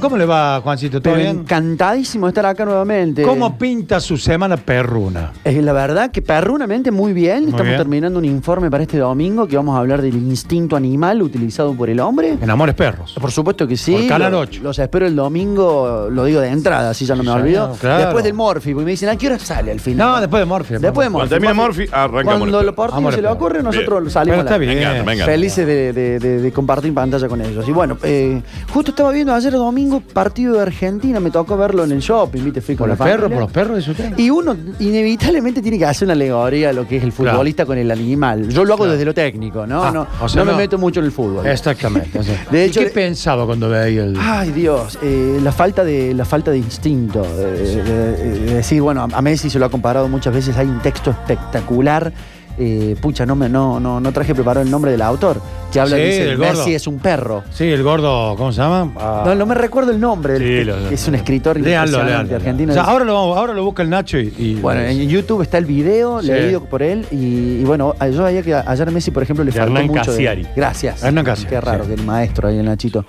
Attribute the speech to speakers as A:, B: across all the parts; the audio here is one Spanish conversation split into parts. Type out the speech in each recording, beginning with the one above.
A: ¿Cómo le va, Juancito? ¿Todo
B: Pero
A: bien?
B: encantadísimo de estar acá nuevamente.
A: ¿Cómo pinta su semana perruna?
B: Eh, la verdad que perrunamente muy bien. Estamos
A: bien.
B: terminando un informe para este domingo que vamos a hablar del instinto animal utilizado por el hombre.
A: En Amores Perros.
B: Por supuesto que sí.
A: Por Canal
B: Lo-
A: ocho.
B: Los espero el domingo, lo digo de entrada, así ya no me
A: Sí,
B: olvido.
A: señor, claro.
B: Después del Morphy, porque me dicen, ¿a qué hora sale al final?
A: No, después de Morphy.
B: Después de
A: vamos.
B: Morphy.
C: Cuando termine Morphy, arrancamos.
B: Cuando
C: el-
B: los
A: Vamos
B: partidos
A: a
B: se le
A: los
B: ocurre, nosotros
C: Bien.
B: salimos.
A: Pero
B: a la-
A: está bien.
C: encanta, me encanta.
B: Felices de, de- de- de compartir pantalla con ellos. Y bueno, eh, justo estaba viendo ayer domingo partido de Argentina, me tocó verlo en el shopping, ¿viste? Fui
A: ¿Por
B: con la
A: los perros?
B: familia.
A: ¿Por los perros de su tren?
B: Y uno inevitablemente tiene que hacer una alegoría a lo que es el
A: Claro.
B: futbolista con el animal. Yo lo hago
A: Claro.
B: desde lo técnico, ¿no?
A: Ah,
B: no
A: o sea,
B: no
A: no.
B: me meto mucho en el fútbol.
A: Exactamente. sí.
B: De hecho, Ah.
A: ¿Y qué
B: le-
A: pensaba cuando veía el...?
B: Ay Dios, eh, la falta de la falta de instinto, de, de- de decir bueno a a Messi se lo ha comparado muchas veces, hay un texto espectacular, eh, pucha no me no no no traje preparado el nombre del autor que habla
A: Sí,
B: que dice
A: del gordo.
B: Messi es un perro,
A: Sí, el gordo, ¿cómo se llama? Ah.
B: no no me recuerdo el nombre,
A: Sí,
B: del-
A: lo- lo-
B: es un escritor
A: Leanlo,
B: impresionante
A: leanlo.
B: argentino.
A: O sea,
B: Dice-
A: ahora, lo, vamos- ahora lo busca el Nacho y... y-
B: Bueno, en YouTube está el video,
A: Sí.
B: leído por él, y, y bueno, a- yo veía que a- ayer Messi, por ejemplo, le
D: De
B: faltó
D: Hernán
B: mucho. de-
D: Cassiari.
B: gracias.
A: Hernán Cassiari,
B: Qué raro
A: sí.
B: que el maestro ahí, el Nachito.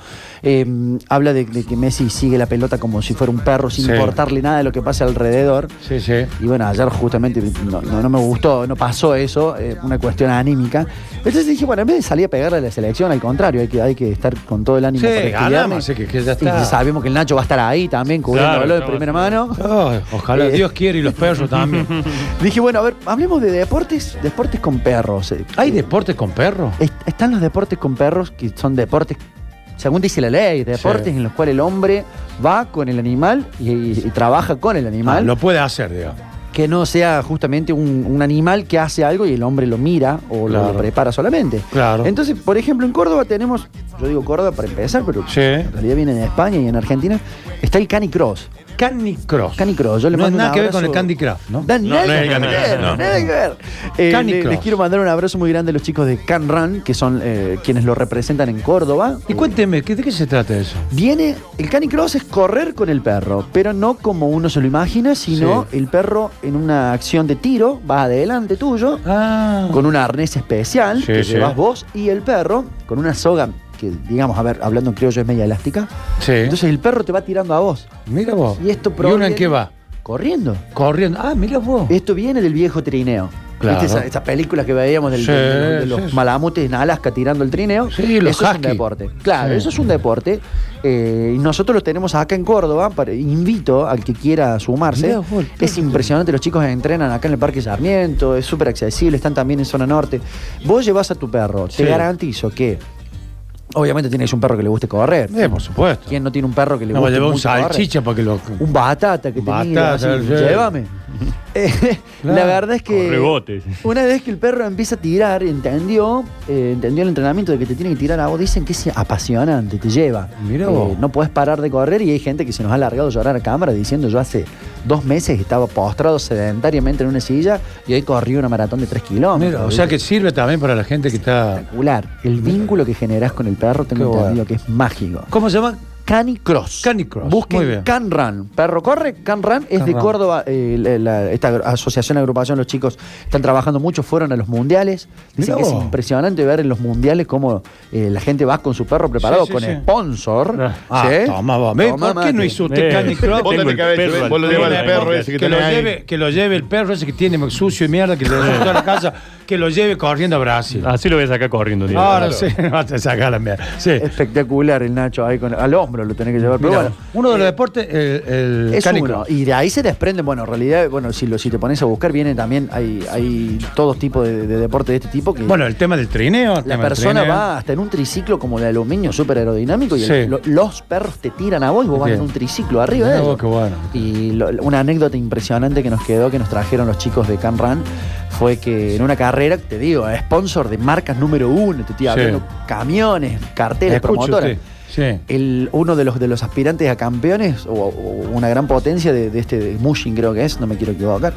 B: Eh, habla de, de que Messi sigue la pelota como si fuera un perro, sin
A: Sí.
B: importarle nada de lo que pase alrededor.
A: Sí, sí.
B: Y bueno, ayer justamente no, no- no me gustó, no pasó eso, eh, una cuestión anímica. Entonces dije, bueno, en vez de salir a pegarle a la selección, al contrario, hay que, hay que estar con todo el ánimo
A: Sí,
B: para este
A: ganamos,
B: viernes.
A: así que- que ya está.
B: Y sabemos que el Nacho va a estar ahí también, cubriéndolo de
D: estamos-
B: primera mano.
A: Ay, ojalá
B: Eh.
A: Dios quiere y los perros también.
B: Dije, bueno, a ver, hablemos de deportes, deportes con perros. eh.
A: ¿Hay
B: Eh,
A: deportes con perros?
B: est- Están los deportes con perros que son deportes, según dice la ley, deportes
A: Sí.
B: en los cuales el hombre va con el animal y, y- y trabaja con el
A: Ah,
B: animal.
A: lo puede hacer, digamos.
B: Que no sea justamente un, un animal que hace algo y el hombre lo mira o lo-
A: Claro.
B: lo prepara solamente.
A: Claro.
B: Entonces, por ejemplo, en Córdoba tenemos, yo digo Córdoba para empezar, pero
A: Sí.
B: en realidad viene de España y en Argentina, está el canicross.
A: Candy Cross.
B: Canicross, yo le
A: No
B: mando
A: es nada
B: un
A: que ver con
B: abrazo-
A: el Candy Crush, ¿no?
B: Da- nada
C: no es
B: que
C: Candy
B: ver,
C: Crush, no.
B: nada que ver. Eh,
A: Candy
B: le-
A: Crush.
B: les quiero mandar un abrazo muy grande a los chicos de Can Run, que son eh, quienes lo representan en Córdoba. Eh,
A: Y cuénteme, ¿qué- ¿de qué se trata eso?
B: Viene, el canicross es correr con el perro, pero no como uno se lo imagina, sino el perro en una acción de tiro va adelante tuyo,
A: Ah.
B: con un arnés especial
A: Sí,
B: que
A: sí.
B: llevas vos y el perro, con una soga que, digamos, a ver, hablando en criollo es media elástica.
A: Sí.
B: Entonces el perro te va tirando a vos.
A: mira vos.
B: Y esto
A: ¿Y uno en
B: proviene-
A: qué va?
B: Corriendo.
A: Corriendo. Ah, mira vos.
B: Esto viene del viejo trineo.
A: Claro.
B: ¿Viste esa- esas películas que veíamos del-
A: Sí,
B: del- de
A: sí,
B: los
A: sí.
B: malamutes en Alaska tirando el trineo?
A: Sí, los
B: eso es un
A: husky.
B: deporte. Claro,
A: Sí.
B: eso es un deporte. Eh, y nosotros lo tenemos acá en Córdoba. para- invito al que quiera sumarse.
A: Mirá vos, el perro.
B: Es impresionante. Los chicos entrenan acá en el Parque Sarmiento. Es súper accesible. Están también en zona norte. Vos llevas a tu perro.
A: Sí.
B: Te garantizo que. Obviamente tienes un perro que le guste correr.
A: Eh, por supuesto.
B: ¿Quién no tiene un perro que le
A: No,
B: guste
A: lleva un
B: mucho correr?
A: salchicha para que lo.
B: Un batata que
A: Batata,
B: te mira, así,
A: sí.
B: llévame. Eh, La
A: Claro.
B: verdad es que
D: Rebotes.
B: una vez que el perro empieza a tirar, entendió, eh, entendió el entrenamiento de que te tiene que tirar a vos, dicen que es apasionante, te lleva. Eh,
A: Mirá vos.
B: no puedes parar de correr y hay gente que se nos ha largado a llorar a cámara diciendo yo hace dos meses estaba postrado sedentariamente en una silla y hoy corrí una maratón de tres kilómetros.
A: Mira, o sea que
B: ¿viste?
A: sirve también para la gente que está.
B: espectacular. El vínculo que generás con el perro, tengo
A: Qué bueno.
B: entendido que es mágico.
A: ¿Cómo se llama?
B: Canicross.
A: Canicross, muy
B: Busquen
A: bien.
B: Canran. Perro corre, Canran es
A: Can
B: de
A: Run.
B: Córdoba. eh, la- la- esta agru- asociación, agrupación, los chicos están trabajando mucho, fueron a los mundiales.
A: Mirá
B: Dicen que es
A: vos.
B: impresionante ver en los mundiales cómo eh, la gente va con su perro
A: Sí,
B: preparado,
A: sí,
B: con
A: sí.
B: sponsor.
A: Ah,
B: ¿sí?
A: toma, vos. ¿Ve?
B: Toma,
A: ¿Por qué no
B: mate.
A: hizo usted
D: Eh,
A: Candy Crush?
C: Vos
D: Tengo
C: tenés
D: el
C: que haber hecho,
D: perro
C: vos lo
D: al
C: llevas
D: pelo,
C: al perro
D: que
C: ese que
A: Que lo,
C: tenés ahí.
A: lleve, que lo lleve el perro ese que tiene sucio y mierda, que le da toda la casa, que lo lleve corriendo a Brasil.
B: Ah,
D: Así lo voy a sacar corriendo, Diego.
A: Ahora sí, Eh, vas a sacar la mierda. Sí.
B: Espectacular el Nacho ahí con, al hombro lo tenés que llevar. Pero
A: Mirá,
B: bueno, eh,
A: uno de los deportes, el, el
B: Es
A: Candy
B: uno.
A: Crush.
B: Y de ahí se desprenden, bueno, en realidad, bueno, si, lo, si te pones a buscar, viene también, hay, hay todo tipo de, de deporte de este tipo que
A: Bueno, el tema del trineo. el
B: La
A: tema del
B: persona
A: trineo.
B: va hasta en un triciclo como de aluminio súper aerodinámico y el-
A: Sí.
B: lo- los perros te tiran a vos y vos vas
A: Bien.
B: en un triciclo arriba de
A: Mirá vos,
B: ellos.
A: qué bueno.
B: Y lo- una anécdota impresionante que nos quedó, que nos trajeron los chicos de Can Run, fue que en una carrera, te digo, eh, sponsor de marcas número uno, te
A: Sí.
B: estoy hablando, camiones, carteles,
A: Escuche
B: promotoras.
A: usted. Sí.
B: El, uno de los, de los aspirantes a campeones, o, o una gran potencia de, de este de Mushin, creo que es, no me quiero equivocar,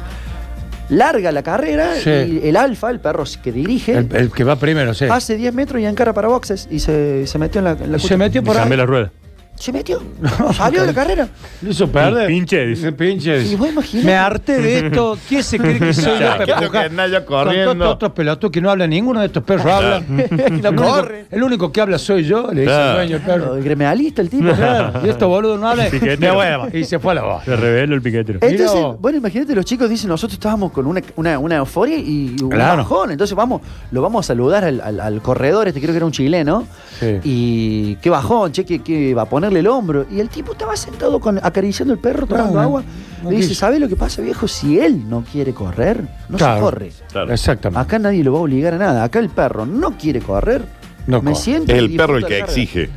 B: larga la carrera
A: Sí.
B: y el alfa, el perro que dirige,
A: El, el
B: Ah,
A: que va primero, sí.
B: Hace 10 metros y encara para boxes y se, se metió en la, en la
A: Se
B: cucha.
A: metió por
D: Cambié
A: ahí.
D: la rueda.
B: Se metió. Salió de la carrera.
A: Lo hizo perder.
C: Pinche, dice.
A: El pinche, dice.
B: Y vos imaginate.
A: Me harté de esto. ¿Quién se cree que soy yo
D: quiero
C: Ya,
A: para empujar?
D: que andá yo
A: Con
D: corriendo.
A: todos estos pelotudos que no hablan, ninguno de estos perros habla. El único-
B: corre.
A: El único que habla soy yo, le dice
C: Claro.
A: el dueño el perro.
B: El gremialista, el tipo.
A: Claro, Y estos boludos no hablan.
C: Piquete.
A: Me hueva. Y se fue a la voz.
C: Se reveló el piquetero.
A: Eh.
B: Entonces,
A: Mirá vos.
B: bueno, imagínate, los chicos dicen, nosotros estábamos con una, una, una euforia y un
A: Claro.
B: bajón. Entonces vamos, lo vamos a saludar al, al- al corredor, este creo que era un chileno.
A: Sí.
B: Y qué bajón, che, que, que va a ponerle el hombro. Y el tipo estaba sentado con, acariciando el perro, tomando
A: Claro,
B: agua.
A: no
B: Le dice,
A: quiso.
B: ¿sabes lo que pasa, viejo? Si él no quiere correr, no se
A: Claro.
B: corre.
D: Claro.
A: Exactamente.
B: Acá nadie lo va a obligar a nada. Acá el perro no quiere correr.
A: No
B: me
A: corre.
B: siento
D: Es
B: y
D: el perro el
B: disfruto
D: que
B: la carrera.
D: exige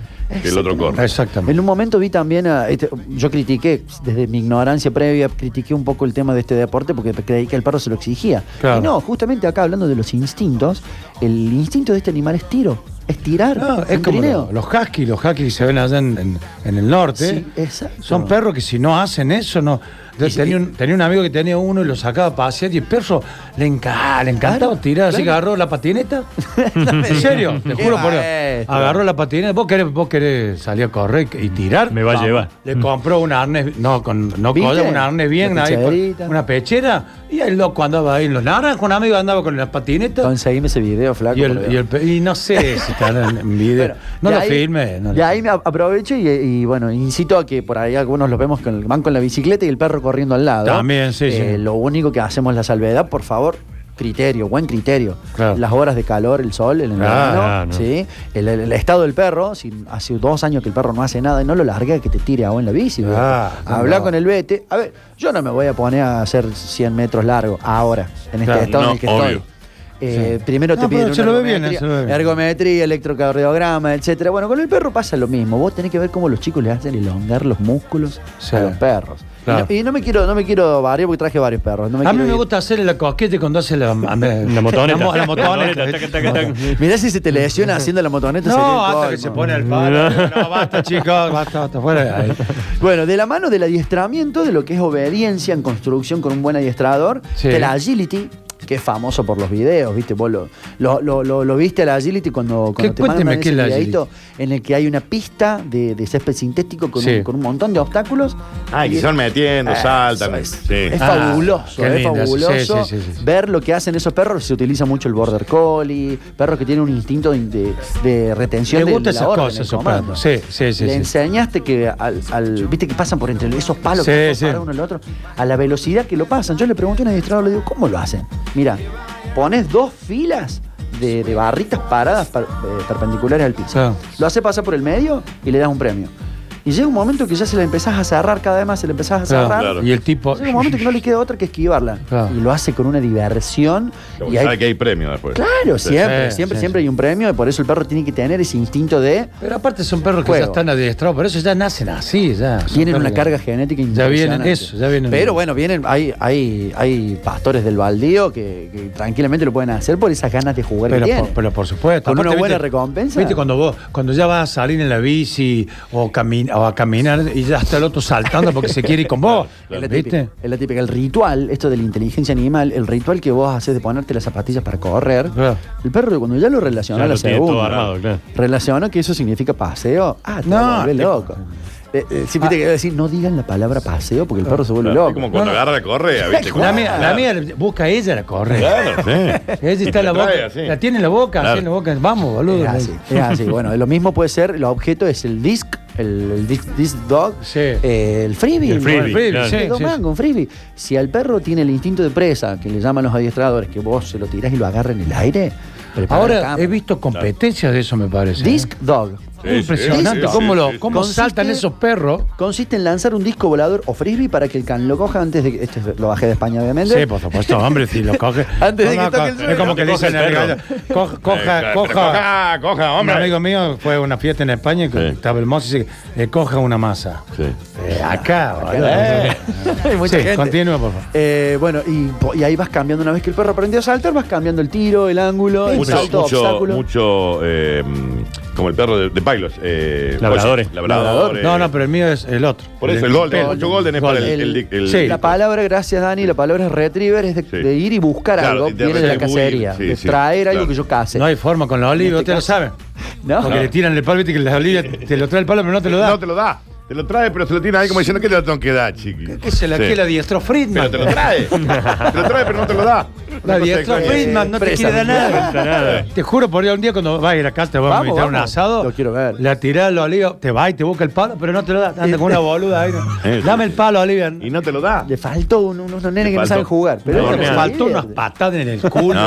D: que el otro corra.
A: Exactamente.
B: En un momento vi también a. este, yo critiqué, desde mi ignorancia previa, critiqué un poco el tema de este deporte porque creí que el perro se lo exigía.
A: Claro.
B: Y no, justamente acá hablando de los instintos, el instinto de este animal es tiro, es tirar.
A: No, Ah, es
B: un
A: como
B: trineo.
A: los, los huskies, los huskies que se ven allá en, en- en el norte.
B: Sí, exacto.
A: Son perros que si no hacen eso, no. Yo tenía, un, tenía un amigo que tenía uno y lo sacaba a pasear y el perro le, enca- le encantaba
B: Claro,
A: tirar, así que
B: claro.
A: agarró la patineta. en serio, te juro por Dios.
B: Qué maestro.
A: Agarró la patineta. Vos querés, vos querés salir a correr y tirar.
C: Me va a
A: Vamos.
C: llevar.
A: Le compró un arnés, no, con, no
B: ¿Viste?
A: collar, un arnés bien,
B: Una
A: ahí, con-
B: pecherita.
A: una pechera. Y el loco andaba ahí en los naranjos, un amigo andaba con las patinetas.
B: Conseguime ese video, flaco.
A: Y, el-
B: por Dios.
A: y el pe- y no sé si estará en- en video.
B: Bueno,
A: no
B: de
A: lo
B: ahí-
A: filme. no lo
B: de ahí
A: filme.
B: me ap- aprovecho y, y, bueno, incito a que por ahí algunos los vemos con, van con la bicicleta y el perro corriendo al lado.
A: También, sí,
B: Eh,
A: sí.
B: Lo único que hacemos la salvedad, por favor, criterio, buen criterio.
A: Claro. Ah,
B: Las horas de calor, el sol, el
A: Claro,
B: verano,
C: claro.
B: ¿sí? el, el- el estado del perro, si hace dos años que el perro no hace nada, no lo largue a que te tire aún en la bici. viejo.
A: Ah,
B: Habla
A: no.
B: con el vete. A ver, yo no me voy a poner a hacer 100 metros largo ahora, en este
A: Claro,
B: estado en
D: no,
B: el que
D: obvio.
B: estoy. Eh, Primero
A: No,
B: te
A: pero
B: piden
A: se
B: una
A: lo ve bien, eh,
B: ergometría-
A: se lo ve bien.
B: ergometría, electrocardiograma, etcétera. Bueno, con el perro pasa lo mismo. Vos tenés que ver cómo los chicos le hacen elongar los músculos
A: Sí.
B: a los perros.
A: Claro.
B: Y, no, y no me quiero, no me quiero variar porque traje varios perros. no me
A: a mí
B: quiero
A: me
B: ir.
A: gusta hacer la cosquete cuando hace la, a me-
C: La motoneta.
A: La, mo- la motoneta.
C: Taca, taca, taca.
B: Mirá si se te lesiona haciendo la motoneta.
A: No,
B: sería el
A: hasta que
B: colmo.
A: se pone el palo. No, basta, chicos. Basta, basta. Fuera de ahí.
B: Bueno, de la mano del adiestramiento, de lo que es obediencia en construcción con un buen adiestrador,
A: Sí.
B: de la agility, que es famoso por los videos, ¿viste? Vos lo, lo, lo- lo- lo viste a la agility cuando, cuando
A: ¿Qué?
B: te mandan
A: Cuénteme, ¿qué es la
B: ese videíto en el que hay una pista de, de césped sintético con,
A: Sí.
B: un, con un montón de obstáculos.
D: Ah, que
B: Y-
D: se van metiendo, saltan.
B: Es,
D: sí.
B: es
A: Ah,
B: fabuloso,
A: qué
B: es
A: lindo, sí,
B: fabuloso
A: sí, sí, sí, sí.
B: ver lo que hacen esos perros. Se utiliza mucho el border collie, perros que tienen un instinto de, de- de retención.
A: Me
B: de-
A: gustan
B: de la
A: esas
B: orden,
A: cosas,
B: el
A: esos
B: comando.
A: perros. Sí, sí, sí,
B: Le
A: sí.
B: enseñaste que al, al- viste que pasan por entre esos palos
A: Sí,
B: que los
A: sí.
B: para uno al otro, a la velocidad que lo pasan. Yo le pregunto a un administrador, le digo, ¿cómo lo hacen? Mira, pones dos filas de, de barritas paradas per- eh, perpendiculares al piso.
A: Claro.
B: Lo hace pasar por el medio y le das un premio. Y llega un momento que ya se la empezás a cerrar, cada vez más se la empezás a cerrar.
D: Claro.
A: Y el tipo.
B: Llega un momento que no le queda otra que esquivarla.
A: Claro.
B: Y lo hace con una diversión.
D: Como
B: y
D: sabe
B: hay-
D: que hay premio después.
B: Claro, siempre,
A: Sí,
B: siempre,
A: sí,
B: siempre
A: sí.
B: hay un premio. Y por eso el perro tiene que tener ese instinto de.
A: Pero aparte son perros que ya
B: Juego.
A: están adiestrados, por eso ya nacen así, ya. Pues Son
B: Tienen
A: perros
B: una
A: que-
B: carga genética
A: Ya
B: impresionante.
A: vienen, eso, ya vienen.
B: Pero bueno, vienen, hay, hay, hay pastores del baldío que, que tranquilamente lo pueden hacer por esas ganas de jugar
A: Pero
B: que
A: por,
B: tienen.
A: pero por supuesto.
B: Con una
A: Aparte,
B: buena
A: ¿viste?
B: recompensa.
A: Viste, cuando vos, cuando ya vas a salir en la bici o, cami- o a caminar y ya está el otro saltando porque se quiere ir con vos.
B: Es la,
A: ¿Viste?
B: típica, es la típica. El ritual, esto de la inteligencia animal, el ritual que vos haces de ponerte las zapatillas para correr.
A: Claro.
B: El perro, cuando ya lo relaciona
C: Ya
B: a la
C: lo tiene
B: segunda,
C: todo armado, claro.
B: relaciona que eso significa paseo. Ah, te
A: No,
B: vuelve
A: te-
B: loco. Eh, eh, siempre
C: Ah.
B: te quiero decir, no digan la palabra paseo porque el perro se vuelve
D: Claro, Es
B: loco.
D: como cuando
A: No, no.
D: agarra la correa, ¿viste?
A: La
D: Claro.
A: mía, la mía busca ella la corre.
D: Claro, sí.
A: Ella está en la
D: Te
A: boca.
D: trae así.
A: La tiene en la boca,
D: Claro.
A: así en la boca. Vamos, boludo.
B: Es así, es así. Bueno, lo mismo puede ser, el objeto es el disc, el, el disc, disc dog,
A: Sí.
B: eh, el freebie.
C: El freebie,
A: El freebie,
C: claro.
A: sí,
B: De dos
A: sí, sí.
B: mangos, un freebie. Si al perro tiene el instinto de presa, que le llaman los adiestradores, que vos se lo tirás y lo agarras en el aire, prepara la
A: Ahora
B: cama.
A: he visto competencias de eso, me parece.
B: Disc Dog.
D: Sí,
A: Es impresionante
D: sí, sí,
A: cómo,
D: sí,
A: lo-
D: sí.
A: cómo
B: Consiste-
A: saltan esos perros.
B: Consiste en lanzar un disco volador o frisbee para que el can lo coja antes de que. Esto es- lo bajé de España, obviamente.
A: Sí, por supuesto, hombre, si lo coge.
B: Antes de que toque
A: co-
B: el suelo.
A: Es como que le
C: Coge el
A: dicen al
C: perro.
A: gallo, "Coja- Coja,
D: Eh,
A: coja.
D: coja, coja,
A: Un
D: hombre.
A: amigo mío fue a una fiesta en España que
D: Sí.
A: estaba hermoso y dice, "Eh, coja una masa.
D: Sí.
A: Eh, acá, boludo.
B: Eh, hay mucha
A: Sí,
B: gente.
A: continúa, por favor.
B: Eh, bueno, y, po- y ahí vas cambiando. Una vez que el perro aprendió a saltar, vas cambiando el tiro, el ángulo, el
D: Mucho,
B: salto,
D: mucho,
B: obstáculo.
D: mucho eh, mm, como el perro de, de Pailos. Eh,
C: Labradores.
D: Oye, labradores.
A: No, no, pero el mío es el otro.
D: eh. Por eso el Golden.
A: pelo.
D: Mucho Golden es para el. el, el, el-
A: Sí.
B: La palabra, gracias Dani, la palabra es retriever, es de,
D: Sí.
B: de ir y buscar
D: Claro,
B: algo,
D: de- de
B: viene de la
D: retribuir,
B: cacería,
D: sí,
B: de
D: sí,
B: traer algo
D: claro.
B: que yo case. este
A: No hay forma con los olivos, ustedes lo saben.
B: ¿No?
A: Porque le tiran el palo, viste que la Olivia te lo trae el palo, pero no te lo da.
D: No te lo da. Te lo trae, pero se lo tiene ahí como diciendo que te lo tengo que dar, chiqui.
A: ¿Qué se la
D: Sí.
A: que la diestró Friedman?
D: Pero te lo trae. te lo trae, pero no te lo da.
A: La
D: Una cosa
A: diestró
D: extraña.
A: Friedman, no te
B: Presa.
A: quiere dar nada.
C: Hasta nada.
A: Te juro, por Dios, un día cuando vas a ir acá, te vamos a
B: Vamos,
A: invitar a un
B: vamos.
A: asado.
B: Lo quiero ver.
A: La tirás a la Olivia, te va y te busca el palo, pero no te lo da. Anda con una boluda ahí.
D: Eh,
A: Dame el palo, Olivia.
D: Y no te lo da.
B: Le faltó un- unos nenes
D: Le
B: que no
D: faltó.
B: saben jugar.
D: No,
B: eso
A: Le
D: le
B: se
A: faltó
B: pierde.
A: unas patadas en el culo.
D: No,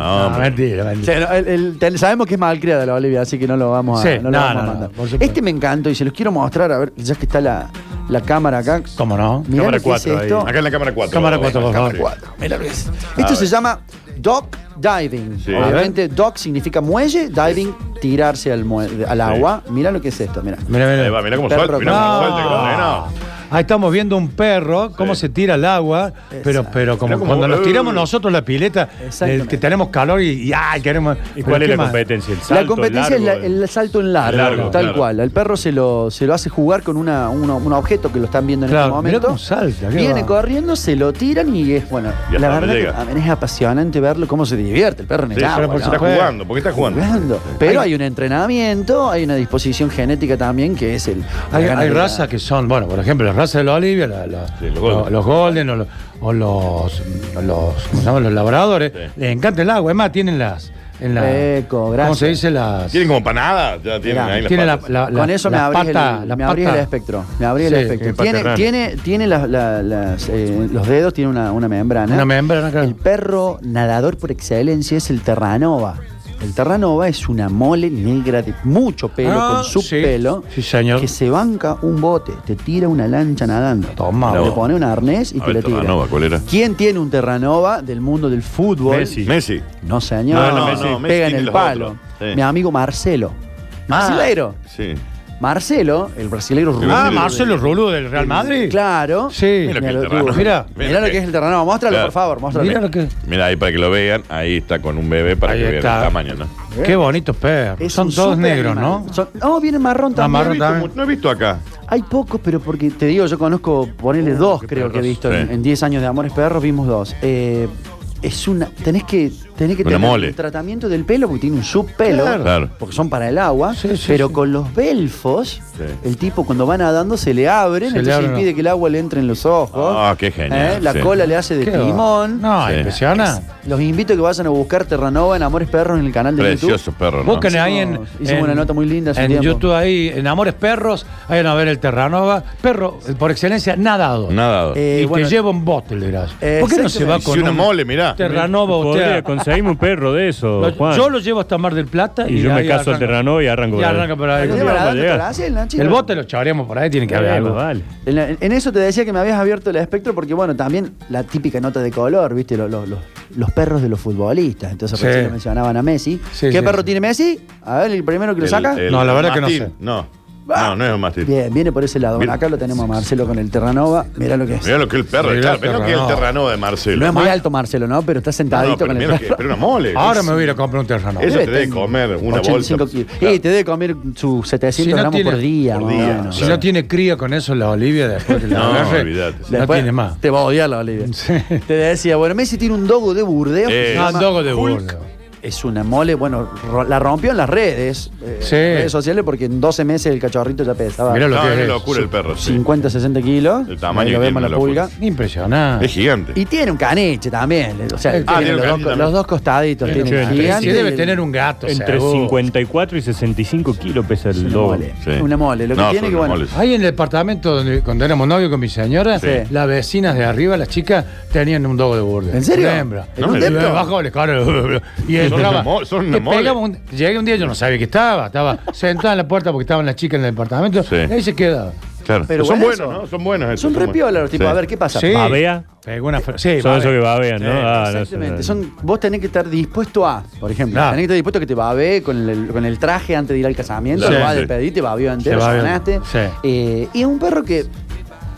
A: No,
D: hombre.
A: mentira,
B: O
A: mentira.
B: sea, no, el- el- ten- sabemos que es malcriada la Olivia, así que no lo vamos a,
A: Sí,
B: no
A: no,
B: lo vamos a
A: no, no,
B: mandar.
A: por supuesto.
B: este me encantó y se los quiero mostrar, a ver, ya que está la, la cámara acá.
A: ¿Cómo no?
B: Mirá
C: Cámara
B: lo que es
C: cuatro ahí.
B: esto.
D: Acá en la cámara 4.
A: Cámara cuatro, por favor.
B: Cuatro, mirá lo que es. Esto se llama dock diving.
D: Sí.
B: Obviamente, dock significa muelle, diving, tirarse al, mue- al agua. Mirá lo que es esto, mirá.
A: Mirá, mirá.
D: Ahí va, mirá cómo
B: Perro
D: suelta, mirá
A: No.
D: cómo suelta, que lo frena.
A: Ahí estamos viendo un perro, cómo
D: Sí.
A: se tira al agua, pero, pero como
D: Pero como-
A: cuando nos tiramos
D: eh.
A: nosotros la pileta,
B: Exactamente.
A: eh, que tenemos calor y, y, ay, queremos.
C: ¿Y
A: pero
C: cuál es
A: ¿qué
C: la
A: más?
C: competencia? El salto,
B: la competencia
C: largo,
B: es la- el salto en largo,
C: Largo,
B: tal
D: claro.
B: cual. El perro se lo, se lo hace jugar con una, una- un objeto que lo están viendo en
A: Claro,
B: este
A: mirá
B: momento.
A: cómo salta, qué
B: Viene
A: va.
B: corriendo, se lo tiran y es bueno.
D: Y hasta
B: la
D: dónde
B: verdad que
D: llega.
B: también es apasionante verlo cómo se divierte el perro en el
D: Sí,
B: agua.
D: pero porque
B: ¿no?
D: está jugando, porque está jugando.
B: Jugando. Pero hay un entrenamiento, hay una disposición genética también que es el. la
A: Hay,
B: gana
A: hay
B: de la-
A: razas que son, bueno, por ejemplo, las razas de la Olivia, la- la-
D: Sí, los
A: lo-
D: Golden.
A: los Golden o, lo- o los, o los, ¿cómo se llaman? Los labradores,
D: Sí.
A: les encanta el agua. Es más, tienen las. En la,
B: Eco,
A: ¿Cómo
B: gracias.
A: se dice? Las,
D: Tienen como panadas. Ya tienen
B: Mirá,
D: ahí las
A: tienen la-
D: patas.
A: Ah, la- la-
B: Con eso me
A: la
B: abrís,
A: pata-
B: el,
A: la
B: me abrís
A: pata.
B: el espectro. Me abrís el
A: Sí,
B: espectro.
C: que
B: Tiene,
C: paterrán.
B: tiene, tiene las- la- las, eh, los dedos, tiene una, una membrana.
A: Una membrana, claro.
B: El perro nadador por excelencia es el Terranova. El Terranova es una mole negra de mucho pelo,
A: Ah,
B: con su
A: sí.
B: pelo,
A: Sí, señor.
B: que se banca un bote, te tira una lancha nadando.
A: Toma,
B: Le
A: vos.
B: pone un arnés y
D: A
B: te
D: ver,
B: la tira.
D: Terranova, ¿cuál era?
B: ¿Quién tiene un Terranova del mundo del fútbol?
C: Messi.
D: Messi.
B: No, señor.
D: No, no, Messi. Messi
B: Pega en
D: tiene
B: el
D: los
B: palo.
D: otros. Sí.
B: Mi amigo Marcelo.
A: Ah.
B: Marcelero.
D: Sí.
B: Marcelo, el brasileiro rubio.
A: Ah, Marcelo Rulo del Real Madrid.
B: Claro.
A: Sí.
D: Mira que
B: Mirá
D: el
B: lo,
D: terrano.
B: tuvo. Mirá,
D: Mira
B: mirá lo
D: que-
B: que es el terrano. Muéstralo,
D: Claro.
B: por favor, muéstralo.
A: Mira lo que.
D: Mira ahí para que lo vean. Ahí está con un bebé para
A: Ahí
D: que vean
A: está.
D: el tamaño, ¿no?
A: Qué bonitos perros.
B: Es
A: Son
B: un
A: todos
B: super
A: negros,
B: animal.
A: ¿no?
B: Son- no, viene marrón
A: Ah, marrón.
B: también.
D: No he visto mu- No he visto acá.
B: Hay pocos, pero porque te digo, yo conozco, ponele
A: Uh,
B: dos, creo que he visto en-
D: Sí.
B: en 10 años de Amores Perros, vimos dos. Eh, es una. Tenés que, tenés que
D: Una
B: tener
D: mole.
B: un tratamiento del pelo, porque tiene un subpelo,
A: Claro.
D: Claro.
B: porque son para el agua,
A: Sí, sí,
B: pero
A: sí.
B: con los belfos,
D: Sí.
B: el tipo cuando va nadando se le abren,
A: Se le
B: entonces
A: abren.
B: impide que el agua le entre en los ojos. ¿eh?
D: Ah, qué genial,
B: La
D: sí.
B: cola le hace de
A: Qué
B: timón.
A: No,
D: Sí.
A: impresiona.
B: Los invito a que vayan a buscar Terranova en Amores Perros en el canal de
D: Precioso
B: YouTube.
D: perro, ¿no?
A: Busquen ahí en.
B: Hicimos- hicimos
A: en-
B: una nota muy linda hace
A: En
B: tiempo.
A: YouTube ahí, en Amores Perros, ahí van a ver el Terranova. Perro, eh, por excelencia, nadado.
D: Nadado.
B: Eh,
A: y te
B: bueno.
A: lleva un bote, le dirás. ¿Por qué no se va
B: Exactamente.
A: con
D: Si una
A: un
D: mole, mirá.
A: Terranova
C: Podría
A: usted? a-
C: conseguirme un perro de eso,
A: Lo-
C: Juan.
A: yo lo llevo hasta Mar del Plata y,
C: y yo me
A: ahí
C: caso al
A: arranco.
C: Terranova y arranco
A: Y
C: por ahí.
A: arranca por ahí.
B: Pero
C: Ahí
B: lleva
C: vamos
B: la
C: a
B: data,
C: llegar.
B: te la hace, Nachi.
A: El bote lo chavaremos por ahí, tiene que haber
C: Vale,
A: algo.
C: vale.
B: En, la- en eso te decía que me habías abierto el espectro porque, bueno, también la típica nota de color, ¿viste? Lo- lo- lo- los perros de los futbolistas. Entonces,
A: Sí.
B: recién lo mencionaban a Messi.
A: Sí,
B: ¿Qué
A: sí,
B: perro
A: sí.
B: tiene Messi? A ver, el primero que lo
D: El-
B: saca.
D: el-
A: No, la verdad que no
D: mastín.
A: sé.
D: No. No, no es un mastín.
B: Bien, viene por ese lado. Bueno, acá lo tenemos a Marcelo con el Terranova. Mirá lo que es.
D: Mirá lo que es el perro.
A: Mirá
D: Claro,
A: el
D: mirá lo que es el
A: Terranova.
D: terrano de
B: No
D: Marcelo.
B: es muy
A: Ma-
B: alto Marcelo, ¿no? Pero está
D: No,
B: sentadito
D: no, pero
B: con el
D: mirá que- pero una mole.
A: Ahora me voy a ir a comprar un Terranova.
D: Eso te
B: Debe
D: debe
B: tener
D: comer una
B: 85
D: bolsa.
B: kilos.
D: Claro.
B: Y te debe comer sus 700 gramos por día.
D: por
B: más o
D: día,
B: menos.
A: Si
D: Claro.
A: no tiene cría con eso, la Olivia después que la
D: No,
A: agarre,
D: olvídate.
A: no
B: Después
A: tiene más.
B: Te va a odiar la Olivia. Te decía, bueno, Messi tiene un dogo de Burdeos. que
D: Eh.
B: se
A: Ah,
B: llama
A: dogo de
B: Hulk.
A: burro.
B: Es una mole, bueno, ro- la rompió en las redes, eh,
A: Sí.
B: redes sociales, porque en 12 meses el cachorrito ya pesaba
A: Mirá lo
D: No,
A: que
D: es
A: es.
D: locura el perro. sí.
B: 50, 60 kilos.
D: El tamaño
B: Ahí lo
D: que
B: vemos
D: tiene,
B: en la
D: una locura.
B: pulga.
A: Impresionante.
D: Es gigante.
B: Y tiene un caniche también. O sea,
A: Eh,
B: tiene
A: ah,
D: tiene un
B: los,
D: caniche
B: dos,
D: también.
B: los dos costaditos.
C: Tiene
B: tiene
C: ochenta.
A: Sí,
B: gigante.
A: debe tener un gato.
C: Entre
A: seguro.
C: 54 y 65 kilos pesa el
B: Una
C: doble.
B: mole. Una mole. Lo que
D: No,
B: tiene
D: son
B: que,
D: unas
B: bueno,
D: moles.
A: Ahí en el departamento donde cuando éramos novios con mi señora,
B: Sí.
A: las vecinas de arriba, las chicas, tenían un dogo de burdo.
B: ¿En serio?
A: Una hembra.
B: ¿En
A: Y
D: un templo?
A: Abajo del escaro, Y
D: Son
A: entraba.
D: una mo- son
A: le
D: una mole.
A: pegaba un- llegué un día, yo no sabía que estaba. Estaba sentada en la puerta porque estaban las chicas en el departamento.
D: Sí.
A: Y ahí se quedaba.
D: Claro.
B: Pero
D: son
B: bueno,
D: buenos,
B: eso.
D: ¿no? Son buenos. esos,
B: son
D: buenos.
B: repiolas los tipos.
D: Sí.
B: A ver, ¿qué pasa?
A: Sí.
C: ¿Babea?
A: Pegó una fr- sí,
C: Son
A: va
C: esos que
A: bien.
C: babean, ¿no? Ah, no,
B: Exactamente.
C: no.
B: Son, vos tenés que estar dispuesto a, por ejemplo,
A: Claro.
B: tenés que estar dispuesto a que te babee con el, con el traje antes de ir al casamiento,
D: Sí,
B: lo vas a
D: sí.
B: despedir, te babeó entero,
A: babeó.
B: sanaste.
A: Sí.
B: Eh, y es un perro que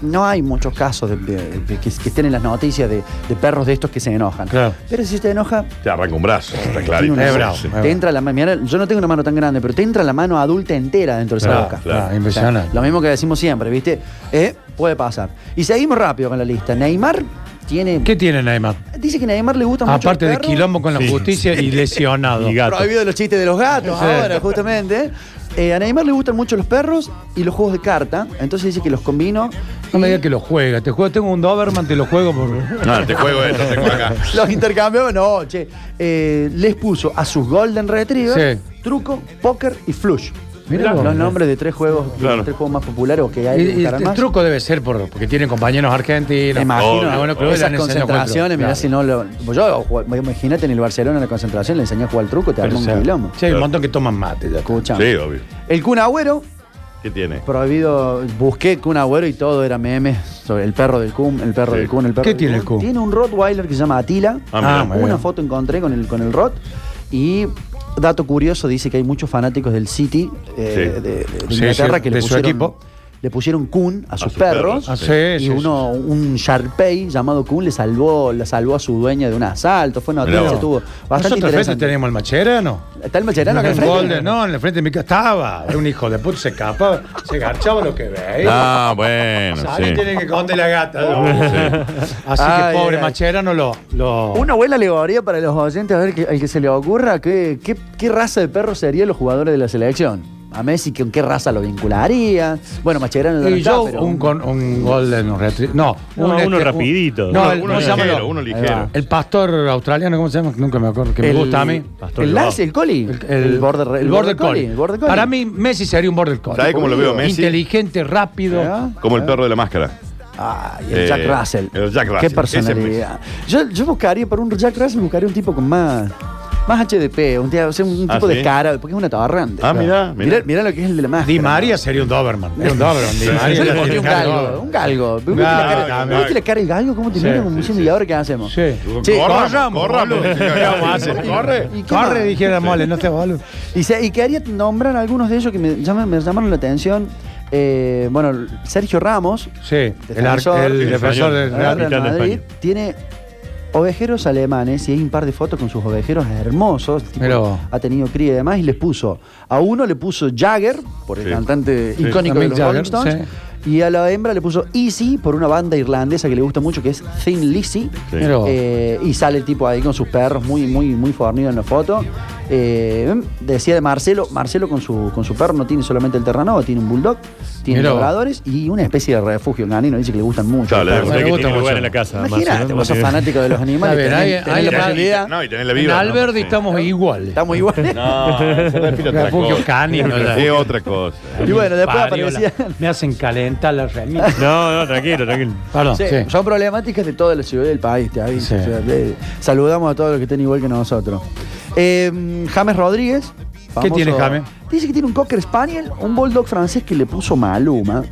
B: no hay muchos casos de- de- de- que, que estén en las noticias de, de perros de estos que se enojan.
A: Claro.
B: Pero si te enoja,
D: Te arranca un brazo. Está
B: tiene
D: clarito.
B: una-
A: Es bravo,
D: Sí.
A: es bravo.
B: te entra la mano, mirá, yo no tengo una mano tan grande, pero te entra la mano adulta entera dentro de esa
A: Claro,
B: boca.
A: claro,
B: O sea,
A: impresionante.
B: lo mismo que decimos siempre, ¿viste? Eh, puede pasar. Y seguimos rápido con la lista. Neymar tiene.
A: ¿Qué tiene Neymar?
B: Dice que a Neymar le gusta mucho.
A: Aparte
B: el
A: de
B: perro.
A: quilombo con la
C: Sí.
A: justicia y lesionado.
C: Y gato.
B: Prohibido los chistes de los gatos
A: Sí.
B: ahora, justamente. Eh, a Neymar le gustan mucho los perros y los juegos de carta. Entonces dice que los combino.
A: No me digas que lo juega. Te juego, tengo un Doberman, te lo juego por.
D: No, te juego esto, te juego acá.
B: Los intercambió, no, che. Eh, les puso a sus Golden Retriever, truco, póker y flush.
A: Mirá vos.
B: los nombres de tres juegos, de
D: Claro.
B: tres juegos más populares o que hay
A: Y-
B: que
A: y el,
B: buscar más.
A: truco debe ser por, porque tienen compañeros argentinos.
B: Me imagino
A: Ah, bueno, creo que
B: esas
A: le han enseñado a jugar al
B: concentraciones,
A: truco.
B: mirá si no lo. Yo, ju- imagínate en el Barcelona en la concentración, le enseñé a jugar al truco, te
A: Pero,
B: armó
A: o
B: un
A: sea,
B: quilombo.
A: sí, hay un montón que toman mate. ya.
B: Escuchame.
D: Sí, obvio.
B: El Kun Agüero,
D: ¿Qué tiene?
B: prohibido, busqué Kun Agüero y todo era meme sobre el perro del Kun, el perro
D: Sí.
B: del Kun, el perro
A: ¿Qué
B: del
A: tiene el Kun?
B: Tiene un Rottweiler que se llama Atila.
D: Ah, mirá.
A: Ah, muy
B: Una
A: bien.
B: foto encontré con el, con el Rot. Y dato curioso, dice que hay muchos fanáticos del City eh,
D: Sí.
B: de, de- de
A: Sí,
B: Inglaterra
A: sí,
B: que le
A: de su
B: pusieron,
A: equipo.
B: le pusieron Kun a sus,
D: sus
B: perros.
D: perros.
A: Ah, sí,
B: Y
A: sí, sí.
B: uno, un Sharpei llamado Kun le salvó, le salvó a su dueña de un asalto. Fue una
D: Mirá
B: noticia,
D: vos.
B: estuvo bastante
A: Nosotros al frente
B: interesante.
A: teníamos el macherano.
B: Está el Macherano acá
A: en
B: al frente.
A: Golden, no, en el frente de mi casa estaba. Era un hijo de puta, se escapaba, se garchaba lo que
B: eh,
A: veía.
D: Ah, bueno,
A: Sabes,
D: sí.
A: tiene que esconder la gata. ¿no? Así
B: Ay,
A: que pobre
B: ay.
A: macherano lo. lo...
B: Una buena alegoría para los oyentes, a ver, que, al que se le ocurra, ¿qué, qué, qué raza de perro serían los jugadores de la selección? A Messi, ¿con qué raza lo vincularía? Bueno, Macherano no
A: Y
B: está,
A: yo
B: pero
A: un, con- un golden un retri- No,
C: No,
A: un
C: uno
A: un-
C: rapidito.
A: no,
D: Uno-
A: el,
D: uno
A: ¿cómo se llama?
D: ligero, uno ligero.
A: El pastor australiano, ¿cómo se llama? Nunca me acuerdo. Que me
B: El-
A: gusta a mí.
C: Pastor
B: El
C: Bilbao.
B: Lassie, el Coli. El, border, el border collie, el border collie.
A: Para mí, Messi sería un border collie.
D: ¿Sabe cómo lo veo a Messi? ¿Eh?
A: Inteligente, rápido.
B: ¿Ah?
D: Como el perro de la máscara.
B: Ay, el
D: Eh,
B: Jack Russell.
D: el Jack
B: Qué
D: Russell,
B: personalidad. Yo, yo buscaría, para un Jack Russell, buscaría un tipo con más. Más HDP, un, tía- o sea, un
D: Ah,
B: tipo de
D: ¿sí?
B: cara, porque es una tabarrante.
D: Ah, mirá,
B: mirá.
D: mirá.
B: Mirá lo que es el de la máscara.
A: Di María sería un Doberman. Es un Doberman. Di María
B: Yo le
A: la
B: pondría
A: tiene
B: un
A: cara de
B: galgo,
A: Doberman.
B: un galgo. ¿Viste,
A: Galgo,
B: la cara,
D: galgo.
B: ¿Viste la cara del galgo? ¿Cómo te
A: Sí,
B: mira como
D: sí,
B: diciendo,
D: sí.
B: ¿y ahora qué hacemos?
A: Sí.
B: Che,
D: Corramos, corramos.
A: ¿Qué vamos a hacer?
D: Sí.
A: Corre.
B: ¿Y qué
A: Corre,
B: más?
A: dijera Mole, no te boludo.
B: Y, se, y quería nombrar algunos de ellos que me, llaman- me llamaron la atención. Eh, bueno, Sergio Ramos,
A: Sí, el, ar-
B: Defensor.
A: el
B: Sí,
A: defensor del
C: español.
A: Real.
B: Real
C: capitán de
B: Madrid,
C: España.
B: tiene ovejeros alemanes y hay un par de fotos con sus ovejeros hermosos. este tipo,
A: Mirá vos.
B: ha tenido cría y demás y les puso. A uno le puso Jagger, por el
D: Sí.
B: cantante
D: Sí.
B: icónico de
A: Mick
B: los
A: Jagger,
B: Rolling Stones. Y a la hembra le puso Easy por una banda irlandesa que le gusta mucho, que es Thin Lizzy.
D: Sí.
A: Mirá vos.
B: Eh, y sale el tipo ahí con sus perros, muy, muy, muy fornido en la foto. Eh, decía de Marcelo, Marcelo con su, con su perro no tiene solamente el Terranova, tiene un bulldog, tiene
A: Mirá vos.
B: labradores y una especie de refugio canino, dice que le gustan mucho.
D: Claro, le
C: O sea, que
A: Me gusta
C: tiene lugar
A: mucho.
C: en la casa.
B: Imagínate,
C: Marcelo,
B: vos sos
C: tiene-
B: fanático de los animales.
A: A ver,
B: tenés-
A: hay-
B: tenés
A: hay
B: la
A: la-
B: posibilidad.
D: No, y tenés la
A: En
D: vida.
A: Alberdi estamos iguales.
B: Estamos iguales.
D: No, eso respira otra
A: Refugio
D: cosa.
A: canino, ya.
D: Es otra cosa.
B: Y bueno, después
A: Parió la-
B: aparecían.
A: Me hacen calentar la remita.
C: No, no, tranquilo, tranquilo.
A: Perdón,
B: Sí,
A: sí.
B: Son problemáticas de toda la ciudad del país, te aviso.
A: Sí.
B: O sea, eh, saludamos a todos los que estén igual que nosotros. Eh, James Rodríguez.
A: tiene James?
B: Dice que tiene un cocker spaniel, un bulldog francés que le puso Maluma.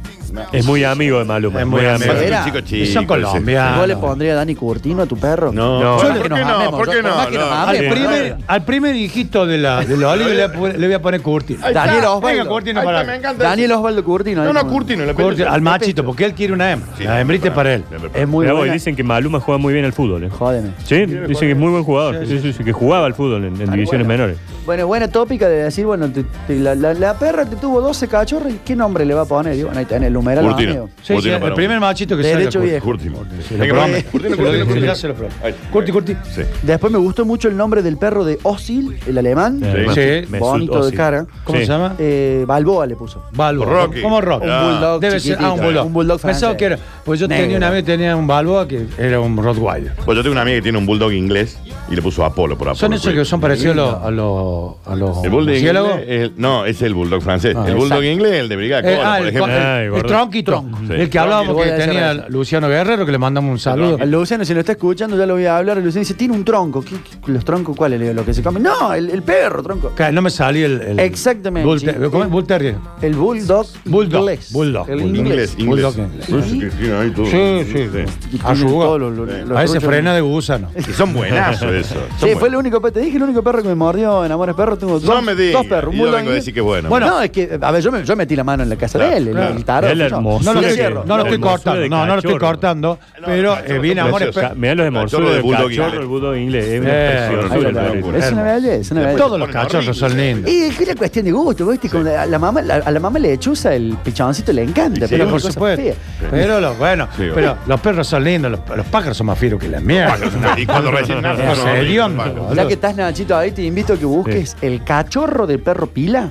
C: Es muy amigo de Maluma.
A: Es muy amigo.
D: Aparte,
B: Era-
D: un chico chico,
A: Son colombianos.
B: ¿Vos le pondría a Dani Curtino a tu perro?
D: No.
C: No.
B: Yo
C: Bueno,
B: lo que
D: ¿por
B: nos
D: qué no?
B: amemos,
D: ¿Por
B: yo-
D: qué
B: por
D: no?
B: más que nos
D: No,
A: Al
B: amemos.
A: primer, al primer hijito de la, de la Oliva le, voy a poner- le voy a poner Curtino.
D: Ahí está.
B: Daniel Osvaldo.
A: Venga, Curtino
D: Ahí
A: para
D: está, me encanta.
B: Daniel Osvaldo Curtino.
D: No,
B: ahí
D: no,
B: como-
D: Curtino. la
A: Curtino,
D: pelota.
A: al machito, porque él quiere una hembra.
D: Sí,
A: la hembrita es para él.
B: Es muy
C: Mirá vos,
B: buena.
C: dicen que Maluma juega muy bien al fútbol. ¿eh?
B: Jódeme.
C: Sí, dicen que es muy buen jugador. Sí, sí, sí, que jugaba al fútbol en, en divisiones menores.
B: Bueno, buena tópica de decir, bueno, te- te- la, la- la perra que tuvo 12 cachorros, ¿y ¿qué nombre le va a poner? Y bueno, ahí tenés el numeral.
D: Curtino.
B: amigo.
A: Sí,
D: Curtino
A: sí,
D: para
A: el
D: un-
A: primer machito que
B: Derecho
A: sale.
B: viejo.
D: Curtino.
A: Lo
D: Venga,
A: prometo.
D: vamos. Curtino,
A: Se lo
D: Curtino,
A: digo,
D: Curtino.
A: ya se lo prometo.
D: Ahí.
A: Curti, Curti.
D: Sí.
B: Después me gustó mucho el nombre del perro de Osil, el alemán.
A: Sí.
C: Mesut- Mesut
B: Bonito
C: Özil.
B: de cara.
A: ¿Cómo
C: Sí.
A: se llama?
B: Eh, Balboa le puso.
A: Balboa.
D: Rocky.
A: Como Rock.
D: Un bulldog
A: Debe ser. Ah, un
B: chiquitito.
A: bulldog.
B: Un bulldog
A: Pensaba
B: francés.
A: que era. Pues yo
B: Negro.
A: tenía una vez tenía un Balboa que era un Rottweiler.
D: Pues yo tengo una amiga que tiene un bulldog inglés y le puso Apolo por Apolo.
A: Son esos
D: Creed.
A: que son parecidos a los- a los. a los
D: El bulldog
A: murciélagos.
D: inglés. es el- no, es el bulldog francés.
A: Ah,
D: el bulldog
B: exacto.
D: inglés, el de Brigada
A: Eh,
D: Cola,
A: ah,
D: por
A: el,
D: ejemplo.
A: el-
C: Ay,
A: el
C: gordo.
A: tronqui tronco.
D: Sí.
A: El que hablábamos
B: Tronqui.
A: que tenía
B: Voy a
A: Luciano Guerrero, que le mandamos un saludo.
B: A Luciano, si lo está escuchando, ya lo voy a hablar. Luciano dice, tiene un tronco. ¿Qué- qué- los troncos cuáles? Le digo, ¿Lo que se come? No, el, el perro, tronco.
A: Ca- No me salió el, el-
B: Exactamente,
A: Bull,
B: sí.
A: Ter- ¿cómo es? Bull Terrier.
B: El bulldog
A: Bulldog,
B: inglés.
A: bulldog,
B: El
A: bulldog.
B: inglés.
D: Inglés,
A: Bulldog
D: inglés.
A: inglés.
D: Sí, sí, sí, ahí todo.
A: Sí, sí.
B: Y tiene
A: Ayuga.
B: todos los- los- los
A: A veces
B: truchos.
A: frena de gusano.
D: Y son buenazos eso.
B: Sí, fue el único perro. Te dije el único perro que me mordió en Amores Perros. Tengo dos,
D: No me digas.
B: dos perros. un
D: Y yo
B: bulldog
D: vengo a
B: inglés.
D: decir que es bueno.
B: no, es que, a ver, yo, me- yo metí la mano en la casa
D: Claro,
B: de él, en
A: claro.
B: el tarot.
C: Él la
B: yo.
C: hermosura
A: No lo,
C: Suele
A: estoy-
C: que-
B: cierro.
A: no lo
C: la
A: estoy
C: hermosura
A: cortando,
C: de
A: no, no lo estoy
C: cachorro.
A: cortando,
D: No,
A: pero
D: cachorro,
A: eh, bien
D: está
A: amor
D: precioso.
A: espe-
C: Mirá los
D: Cachorro
C: hermosos
D: de
C: del
D: bulldog
C: cachorro,
D: inglés.
C: el bulldog inglés. Es una
A: Eh,
B: ahí
C: preciosura.
B: lo
C: el
B: tengo.
C: perrito.
B: Es una belleza, una belleza.
A: Todos los
D: Ponen
A: cachorros son
D: horrible.
A: lindos.
B: Y es una cuestión de gusto, ¿viste? Como la, la mamá, la- a la mamá lechuza el pichoncito le encanta,
D: Sí,
A: Pero
B: pero es
A: por
B: una cosa
A: supuesto.
B: fea.
A: Pero los, bueno,
D: Sí,
A: pero los perros son lindos, los, los pájaros son más fieros que la mierda.
D: Y cuando recién nace,
A: Es
D: no, no,
A: hediondo.
D: no,
B: Ya que estás, Nachito, ahí te invito a que busques el cachorro del perro pila.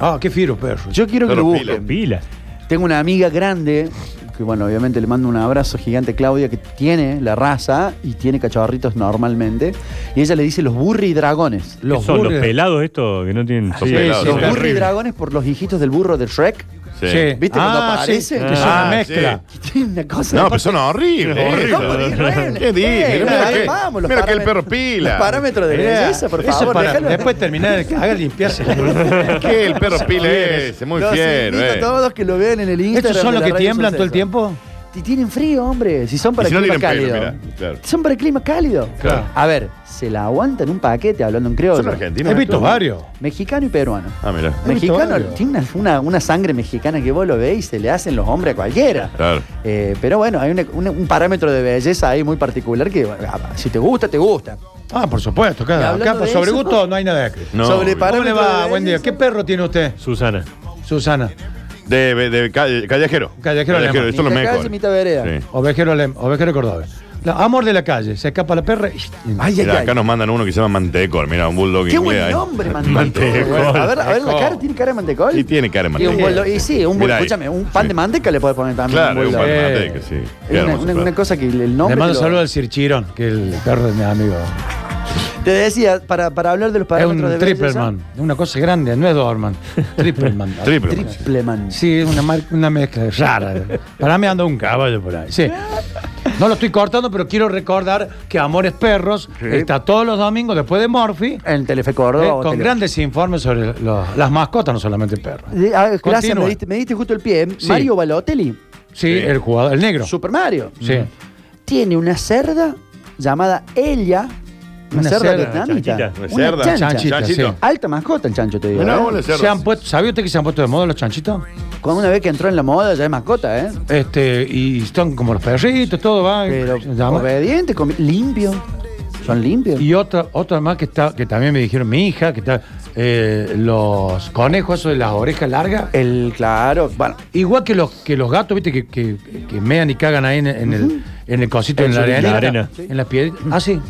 A: Ah, qué fiero perro.
B: Yo quiero que
D: Perro
B: lo
D: pila.
B: busques.
C: Pila.
B: Tengo una amiga grande, que bueno, obviamente le mando un abrazo gigante, Claudia, que tiene la raza y tiene cachorritos normalmente. Y ella le dice los burri y dragones.
C: ¿Qué son
A: burgers-
C: los pelados estos que no tienen.
D: Son pelados,
B: Los
D: Terrible.
B: burri y dragones por los hijitos del burro de Shrek.
D: Sí.
A: Sí.
B: ¿Viste
A: ah,
B: cuando
A: Sí,
B: aparece?
A: que es una
D: Ah,
A: mezcla.
B: Tiene una cosa.
D: No, pero son horribles.
C: Es horrible.
D: ¿Cómo
C: Horrible.
D: horrible? ¿Qué
B: Eh,
D: dices? Mira,
B: ahí
D: que-
B: vamos, los
D: mira que el
B: parámetros-
D: perro
B: Los
D: pila.
B: parámetros de
A: Mirá,
B: belleza, por
A: eso
B: favor.
A: para
B: déjalo.
A: después terminar, haga limpiarse.
D: ¿Qué el perro pila ese? Muy
B: Los
D: fiero,
B: invito
D: eh.
B: a todos que lo vean en el Instagram.
A: ¿Estos son los
B: de la
A: que
B: radio
A: tiemblan todo el
B: Suceso.
A: tiempo?
B: Y tienen frío, hombre. Si son para
D: Y si no
B: clima
D: tienen
B: cálido.
D: pelo, mirá, claro.
B: Son para clima cálido.
D: Claro.
B: A ver, se la aguantan un paquete hablando en
D: Son
B: criollo.
D: argentinos.
A: He visto
D: estos?
A: varios.
B: Mexicano y peruano.
D: Ah, mira.
B: Mexicano
A: varios.
B: tiene una, una- una sangre mexicana que vos lo veis, se le hacen los hombres a cualquiera.
D: Claro.
B: Eh, pero bueno, hay una- una- un parámetro de belleza ahí muy particular que bueno, si te gusta, te gusta.
A: Ah, por supuesto,
B: Y
A: claro.
B: hablando
A: Acá por
B: de
A: sobre
B: eso-
A: gusto no hay nada que.
D: No,
B: Sobre
D: obvio.
B: pa-
A: ¿Cómo le
B: Parámetro
A: va?
B: de
A: Buen día.
B: belleza.
A: ¿Qué perro tiene usted,
C: Susana.
A: Susana?
D: De, de, de calle- callejero.
A: Callejero alemán.
D: esto es lo
B: Mitad
D: mejor.
B: calle, mitad vereda.
D: Sí.
A: Ovejero Alem, Ovejero Córdoba. amor de la calle, se escapa la perra. y-
B: Ay, ay,
D: Mirá,
B: ay.
D: acá nos mandan uno que se llama Mantecor. Mira, un ¿eh? bulldog
B: este Qué
D: inglés
B: buen
D: ahí.
B: nombre, mantecol.
C: Mantecol.
B: A ver, a ver, la cara tiene cara de mantecol.
D: Y tiene cara de
B: Y, un
D: mantecol.
B: bolo- y sí, un bol-
D: Mirá ahí.
B: escúchame, un pan de manteca le podés poner también.
D: Claro,
B: un
D: un
B: bolo.
D: pan de
A: Eh,
D: manteca, sí. Qué
B: Es una,
D: hermoso,
B: una-
D: claro.
B: una cosa que el
A: Le
B: nombre.
A: mando
B: lo-
A: saludos al Sir Chirón, que es el perro de mi amigo.
B: Te decía, para, para hablar de los
A: Es un
B: parámetros de belleza,
A: Tripleman, una cosa grande, no es Dorman. Tripleman.
D: Triple.
B: Tripleman.
A: Sí, es una, mar- una mezcla rara. Para mí anda un caballo por ahí. Sí. No lo estoy cortando, pero quiero recordar que Amores Perros está todos los domingos después de Morphy.
B: En Telefe
A: eh,
B: Córdoba.
A: con
B: Ah, Tele-
A: grandes informes sobre los- las mascotas, no solamente perros.
B: De- ah, gracias,
A: Continúa.
B: me diste, me diste justo el pie.
A: Sí.
B: Mario Balotelli,
A: Sí, el jugador, el negro.
B: Super Mario,
A: Sí.
B: tiene una cerda llamada Ella. Una,
A: Una
B: cerda
A: cerda,
B: vietnamita.
C: chanchita.
D: Una
B: Una
D: cerda.
B: chancha.
A: Chanchita,
D: Chanchito.
A: sí.
B: Alta mascota el chancho, te digo.
D: Mirá,
B: ¿eh?
D: vos le cerdas.
A: Se han puesto, ¿Sabía usted que se han puesto de moda los chanchitos?
B: Cuando una vez que entró en la moda ya es mascota, ¿eh?
A: Este, y están como los perritos, todo va.
B: Pero
A: llama.
B: obediente, comi- limpio. Son limpios.
A: y otra, otra más que está, que también me dijeron mi hija, que está eh, los conejos esos de las orejas largas.
B: el, claro, bueno,
A: Igual que los, que los gatos, viste, que, que, que mean y cagan ahí en, en el, en el cosito, en,
C: En
A: la
C: su-
A: arena.
C: la arena.
A: En las piedritas. Ah, sí.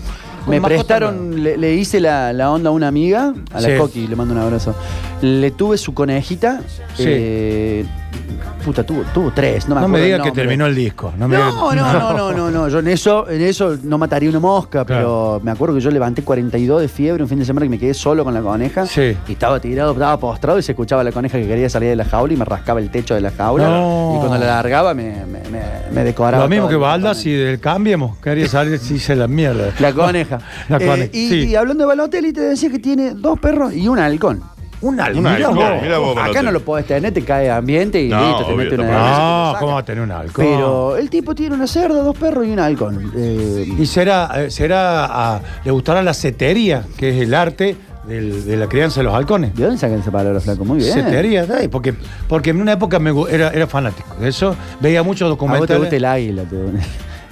B: me
A: Mascota, no.
B: prestaron, le, le hice la, la onda a una amiga, a la
A: Sí.
B: Coqui, le mando un abrazo. Le tuve su conejita.
A: Sí.
B: eh, puta, tuvo, tuvo tres, no me
A: No me
B: acuerdo el
A: diga que
B: nombre.
A: terminó el disco. No, me diga-
B: No, no, no, no, no, no. Yo en eso, en eso no mataría una
A: Claro.
B: mosca, pero me acuerdo que yo levanté 42 de fiebre un fin de semana que me quedé solo con la coneja.
A: Sí.
B: Y estaba tirado, estaba postrado y se escuchaba la coneja que quería salir de la jaula y me rascaba el techo de la jaula.
A: No.
B: Y cuando la largaba me, me, me, me decoraba.
A: Lo mismo
B: todo
A: que
B: el-
A: Balda, si del cambiemos, quería salir si se la mierda.
B: La coneja.
A: La
B: Eh,
A: coneja,
B: y,
A: sí.
B: y hablando de Balotelli, te decía que tiene dos perros y un halcón.
A: Un
D: Un
A: almirón.
D: halcón, mirá vos,
B: Acá
D: Balotelli.
B: no lo podés tener, te cae ambiente y
D: No,
B: listo, te
D: obvio,
B: mete una.
D: está mal.
A: No, ¿cómo va a tener un halcón?
B: Pero el tipo tiene una cerda, dos perros y un halcón. Eh,
A: Y será, eh, será ah, le gustará la cetería, que es el arte del- de la crianza de los halcones.
B: ¿De dónde sacan esa palabra, flaco? Muy bien.
A: Cetería, ay, porque, porque en una época me gu- era, era fanático de eso, veía muchos
B: A vos te gusta
A: documentales.
B: el águila, te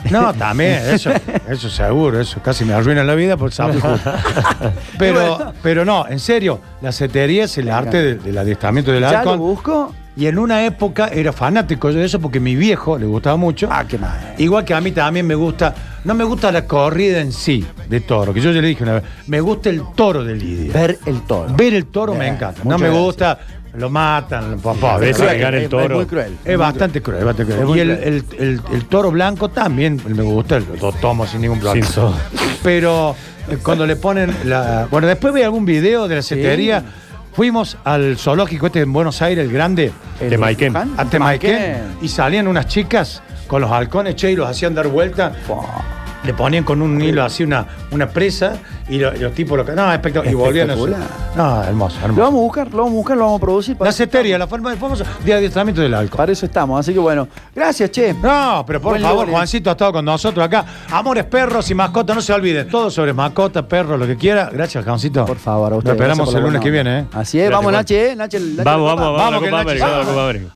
A: No, también, eso, eso seguro, eso casi me arruina la vida por saber Pero, pero no, en serio, la cetería es el arte de- del adiestramiento del
B: Ya lo
A: halcón.
B: busco.
A: Y en una época era fanático yo de eso porque mi viejo le gustaba mucho.
B: Ah, qué mal.
A: Igual que a mí también me gusta, no me gusta la corrida en sí de toro, que yo ya le dije una vez, me gusta el toro de Lidia.
B: Ver el toro.
A: Ver el toro me
B: Eh,
A: encanta, no
B: muchas
A: me
B: gracias.
A: gusta, lo matan, papá,
C: Ves
A: es,
B: Cruel,
C: cargar el
B: es-
C: toro.
B: Es muy cruel.
A: es bastante cruel, es bastante cruel.
B: muy
A: Y el,
B: cruel.
A: el- el- el toro blanco también me gusta, los dos tomos sin ningún problema.
C: Sin todo.
A: Pero eh, cuando le ponen la... Bueno, después vi algún video de la cetería. Fuimos al zoológico este en Buenos Aires, el grande,
B: El
C: De Maiken.
B: Wuhan,
A: a Temaiken, y salían unas chicas con los halcones, che, y los hacían dar vuelta. Le ponían con un hilo así una, una presa y, lo- y los tipos lo... No, espectacular. Y volvían a su-
B: Espectacular.
A: No, hermoso,
B: Lo vamos
A: hermoso.
B: a buscar, lo vamos a buscar, lo vamos a producir.
A: La
B: Para,
A: cetería, la forma del famoso de adiestramiento del halcón.
B: para eso estamos. Así que bueno, gracias, che.
A: No, pero por
B: Buen eh.
A: favor,
B: lunes.
A: Juancito ha estado con nosotros acá. Amores, perros y mascotas, no se olviden. Todo sobre mascota, perro, lo que quiera. Gracias, Juancito.
B: Por favor, a
A: Lo
B: ustedes.
A: esperamos
B: gracias por
A: el
B: la
A: lunes que
B: buena
A: viene, ¿eh?
B: onda. Así es,
C: Gracias,
B: vamos,
C: Juan.
B: Nache, eh, Nache, Nache,
C: Vamos,
B: la copa.
C: vamos, vamos, a la
A: Vamos que
C: Copa
A: Nachi-
C: América, vamos a la Copa América.